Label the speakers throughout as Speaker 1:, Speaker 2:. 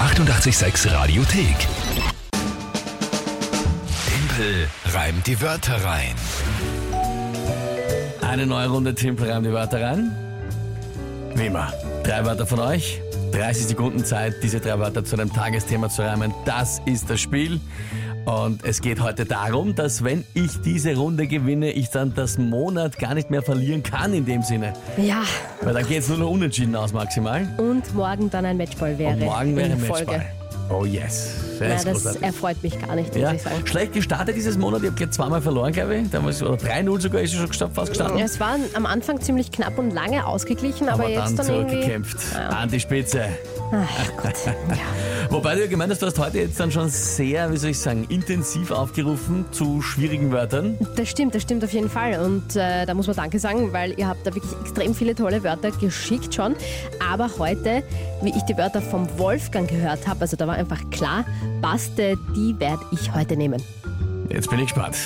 Speaker 1: 886 Radiothek. Tempel reimt die Wörter rein.
Speaker 2: Eine neue Runde Timpel reimt die Wörter rein.
Speaker 3: Nimmer.
Speaker 2: Drei Wörter von euch. 30 Sekunden Zeit, diese drei Wörter zu einem Tagesthema zu reimen. Das ist das Spiel. Und es geht heute darum, dass wenn ich diese Runde gewinne, ich dann das Monat gar nicht mehr verlieren kann in dem Sinne.
Speaker 4: Ja,
Speaker 2: Weil dann geht es nur noch unentschieden aus maximal.
Speaker 4: und morgen dann ein Matchball wäre.
Speaker 2: Und morgen wäre
Speaker 4: in
Speaker 2: ein
Speaker 4: Folge.
Speaker 2: Matchball.
Speaker 3: Oh yes.
Speaker 2: Sehr
Speaker 4: Ja, das
Speaker 2: großartig.
Speaker 4: erfreut mich gar nicht, muss
Speaker 2: Ja,
Speaker 4: ich sagen.
Speaker 2: schlecht gestartet dieses Monat. Ich habe gleich zweimal verloren, glaube ich. Damals, oder 3-0 sogar ist es schon gesta- fast gestanden.
Speaker 4: Es war am Anfang ziemlich knapp und lange ausgeglichen, aber,
Speaker 2: Aber
Speaker 4: jetzt
Speaker 2: dann
Speaker 4: dann irgendwie.
Speaker 2: zurückgekämpft. An die Spitze.
Speaker 4: Ach Gott, ja.
Speaker 2: Wobei du ja gemeint hast, du hast heute jetzt dann schon sehr, wie soll ich sagen, intensiv aufgerufen zu schwierigen Wörtern.
Speaker 4: Das stimmt, das stimmt auf jeden Fall. Und äh, da muss man Danke sagen, weil ihr habt da wirklich extrem viele tolle Wörter geschickt schon. Aber heute, wie ich die Wörter vom Wolfgang gehört habe, also da war einfach klar, Baste, die werde ich heute nehmen.
Speaker 2: Jetzt bin ich gespannt.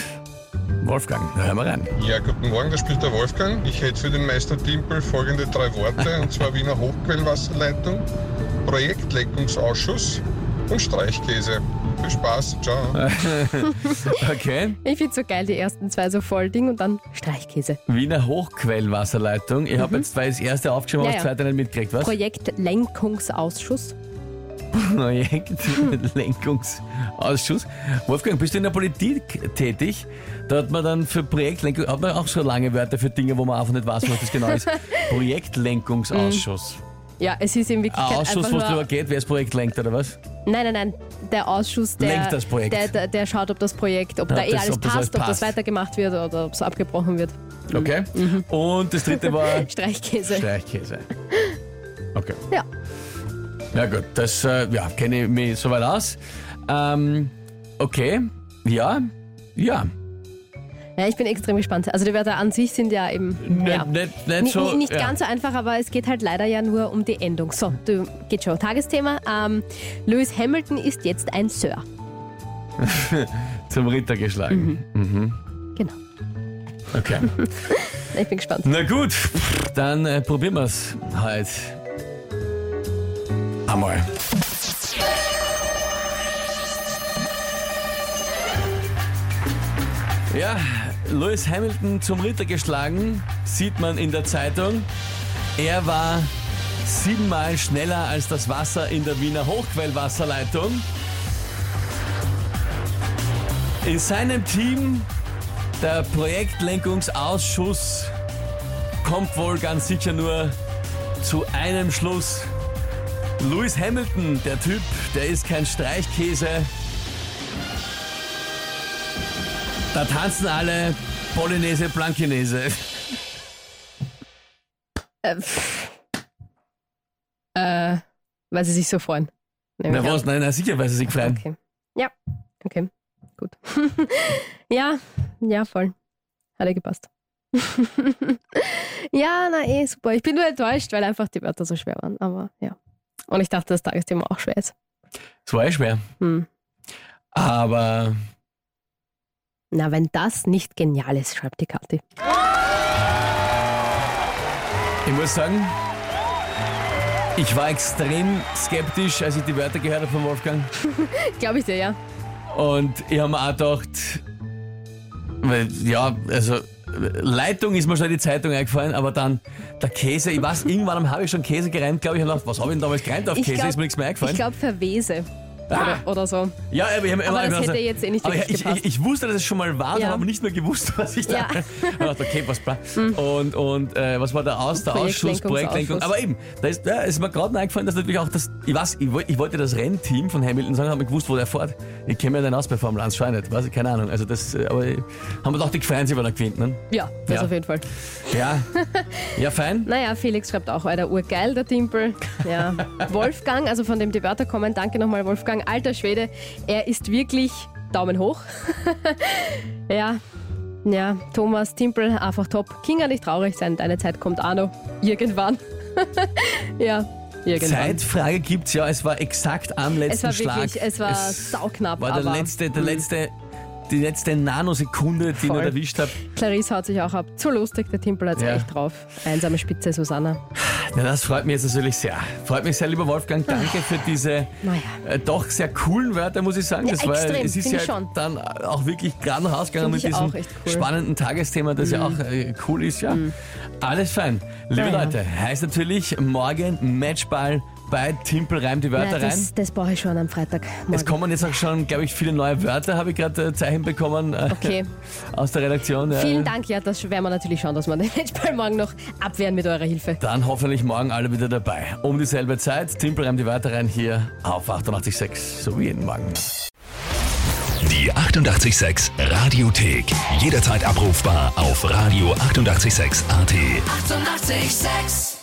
Speaker 2: Wolfgang, na, hör mal rein.
Speaker 5: Ja, guten Morgen, das spielt der Wolfgang. Ich hätte für den Meister Timpel folgende drei Worte, und zwar Wiener Hochquellwasserleitung, Projektlenkungsausschuss und Streichkäse. Viel Spaß, ciao.
Speaker 2: Okay.
Speaker 4: Ich finde so geil, die ersten zwei so voll Ding und dann Streichkäse.
Speaker 2: Wiener Hochquellwasserleitung. Ich habe jetzt zwei das erste aufgeschrieben, aber
Speaker 4: Mhm. Ja,
Speaker 2: das
Speaker 4: ja.
Speaker 2: zweite nicht mitgekriegt, was?
Speaker 4: Projektlenkungsausschuss.
Speaker 2: Projektlenkungsausschuss. Wolfgang, bist du in der Politik tätig? Da hat man dann für Projektlenkung, hat man auch so lange Wörter für Dinge, wo man einfach nicht weiß, was das genau ist. Projektlenkungsausschuss.
Speaker 4: Ja, es ist in
Speaker 2: Ein
Speaker 4: Wirklichkeit
Speaker 2: Ausschuss,
Speaker 4: einfach
Speaker 2: wo
Speaker 4: nur...
Speaker 2: es drüber geht, wer das Projekt lenkt, oder was?
Speaker 4: Nein, nein, nein. Der Ausschuss, der,
Speaker 2: Lenkt das Projekt.
Speaker 4: Der, der, der schaut, ob das Projekt, ob
Speaker 2: Ja,
Speaker 4: da eh
Speaker 2: das-
Speaker 4: alles
Speaker 2: ob das
Speaker 4: passt,
Speaker 2: alles
Speaker 4: ob das
Speaker 2: passt.
Speaker 4: weitergemacht wird oder ob es abgebrochen wird.
Speaker 2: Mhm. Okay. Und das dritte war
Speaker 4: Streichkäse.
Speaker 2: Streichkäse. Okay.
Speaker 4: Ja.
Speaker 2: Ja gut, das äh, ja, kenne ich mich soweit aus. Ähm, okay, ja, ja.
Speaker 4: ja, ich bin extrem gespannt. Also die Wörter an sich sind ja eben
Speaker 2: Nicht,
Speaker 4: ja.
Speaker 2: nicht, nicht
Speaker 4: Nicht,
Speaker 2: so.
Speaker 4: nicht
Speaker 2: ja.
Speaker 4: ganz so einfach, aber es geht halt leider ja nur um die Endung. So, du, geht schon. Tagesthema. Ähm, Lewis Hamilton ist jetzt ein Sir.
Speaker 2: Zum Ritter geschlagen.
Speaker 4: Genau.
Speaker 2: Okay.
Speaker 4: Ich bin gespannt.
Speaker 2: Na gut, dann äh, probieren wir es halt. Einmal. Ja, Lewis Hamilton zum Ritter geschlagen, sieht man in der Zeitung. Er war siebenmal schneller als das Wasser in der Wiener Hochquellwasserleitung. In seinem Team der Projektlenkungsausschuss kommt wohl ganz sicher nur zu einem Schluss. Lewis Hamilton, der Typ, der ist kein Streichkäse. Da tanzen alle Polynese, Blankinese.
Speaker 4: Äh, pff. äh, weil sie sich so freuen. Nehme
Speaker 2: Na
Speaker 4: ich an.
Speaker 2: was, nein, na sicher, weil sie sich freuen.
Speaker 4: Okay. Ja, okay, gut. ja, ja, voll. Hat ja gepasst. ja, na eh, super. Ich bin nur enttäuscht, weil einfach die Wörter so schwer waren. Aber ja. Und ich dachte, das Tagesthema auch schwer ist.
Speaker 2: Das war eh schwer.
Speaker 4: Hm.
Speaker 2: Aber
Speaker 4: Na, wenn das nicht genial ist, schreibt die Kathi.
Speaker 2: ich muss sagen, ich war extrem skeptisch, als ich die Wörter gehört habe von Wolfgang.
Speaker 4: Glaube ich dir, ja.
Speaker 2: Und ich habe mir auch gedacht, weil, ja, also Leitung ist mir schon in die Zeitung eingefallen, aber dann der Käse, ich weiß, irgendwann habe ich schon Käse gereimt, glaube ich, und hab gedacht, was habe ich denn damals gereimt auf
Speaker 4: Ich
Speaker 2: Käse,
Speaker 4: glaub-
Speaker 2: ist mir nichts mehr
Speaker 4: Ich
Speaker 2: eingefallen.
Speaker 4: glaube, Verwese
Speaker 2: ah,
Speaker 4: oder so.
Speaker 2: ja, aber ich, hab mir immer
Speaker 4: Aber das
Speaker 2: gedacht,
Speaker 4: hätte jetzt eh nicht
Speaker 2: aber ich,
Speaker 4: wirklich
Speaker 2: ich, ich, ich wusste, dass es schon mal war,
Speaker 4: Ja.
Speaker 2: dann habe ich nicht mehr gewusst, was ich da.
Speaker 4: Ja. Hm.
Speaker 2: Ich hab gedacht, okay, was bra- Und, und äh, was war der Aus, der Ausschuss,
Speaker 4: Projektlenkungsausschuss.
Speaker 2: Projektlenkung? Aber eben, da ist, da ist mir gerade noch eingefallen, dass natürlich auch das, ich weiß, ich, wollt- ich wollte das Rennteam von Hamilton sagen, habe mir gewusst, wo der fährt. Ich kenne mir den aus bei Formel 1, schau ich nicht, weiß ich, keine Ahnung. Also das, äh, aber ich- haben wir gedacht, die freuen sich, wenn er gewinnt, ne?
Speaker 4: Ja, das
Speaker 2: Ja.
Speaker 4: auf jeden Fall.
Speaker 2: Ja, ja, fein.
Speaker 4: Naja, Felix schreibt auch weiter, urgeil, der Timpel. Ja. Wolfgang, also von dem die Wörter kommen, danke nochmal Wolfgang. Alter Schwede, er ist wirklich Daumen hoch. ja, ja, Thomas Timpel, einfach top. Kinga, nicht traurig sein, deine Zeit kommt auch noch. Irgendwann. ja, irgendwann.
Speaker 2: Zeitfrage gibt's ja, es war exakt am letzten
Speaker 4: Genau. es war
Speaker 2: Schlag.
Speaker 4: wirklich, es war sauknapp.
Speaker 2: War der
Speaker 4: aber,
Speaker 2: letzte, der
Speaker 4: Hm.
Speaker 2: letzte die letzte Nanosekunde, die ich
Speaker 4: Voll.
Speaker 2: nicht erwischt habe.
Speaker 4: Clarice haut sich auch ab. Zu lustig, der Timpel hat's
Speaker 2: Ja.
Speaker 4: echt drauf. Einsame Spitze, Susanna.
Speaker 2: Na, das freut mich jetzt natürlich sehr. Freut mich sehr, lieber Wolfgang. Danke für diese
Speaker 4: Naja.
Speaker 2: äh, doch sehr coolen Wörter, muss ich sagen.
Speaker 4: Ja,
Speaker 2: das war,
Speaker 4: extrem,
Speaker 2: es ist
Speaker 4: find
Speaker 2: ja
Speaker 4: ich schon.
Speaker 2: dann auch wirklich gerade nach Hause gegangen
Speaker 4: Find
Speaker 2: mit
Speaker 4: ich auch
Speaker 2: diesem
Speaker 4: echt cool. Mhm.
Speaker 2: spannenden Tagesthema, das ja auch äh, cool ist. Ja, Alles fein. Liebe
Speaker 4: Naja.
Speaker 2: Leute, heißt natürlich morgen Matchball bei Timpel reimt die Wörter
Speaker 4: Nein,
Speaker 2: rein.
Speaker 4: das, das brauche ich schon am Freitagmorgen.
Speaker 2: Es kommen jetzt auch schon, glaube ich, viele neue Wörter, habe ich gerade äh, Zeichen bekommen äh,
Speaker 4: Okay.
Speaker 2: aus der Redaktion. Ja.
Speaker 4: Vielen Dank, ja, das werden wir natürlich schauen, dass wir den Matchball morgen noch abwehren mit eurer Hilfe.
Speaker 2: Dann hoffentlich morgen alle wieder dabei. Um dieselbe Zeit. Timpel reimt die Wörter rein hier auf 88.6, so wie jeden Morgen.
Speaker 1: Die 886 Radiothek. Jederzeit abrufbar auf radio886.at. 886!
Speaker 6: 886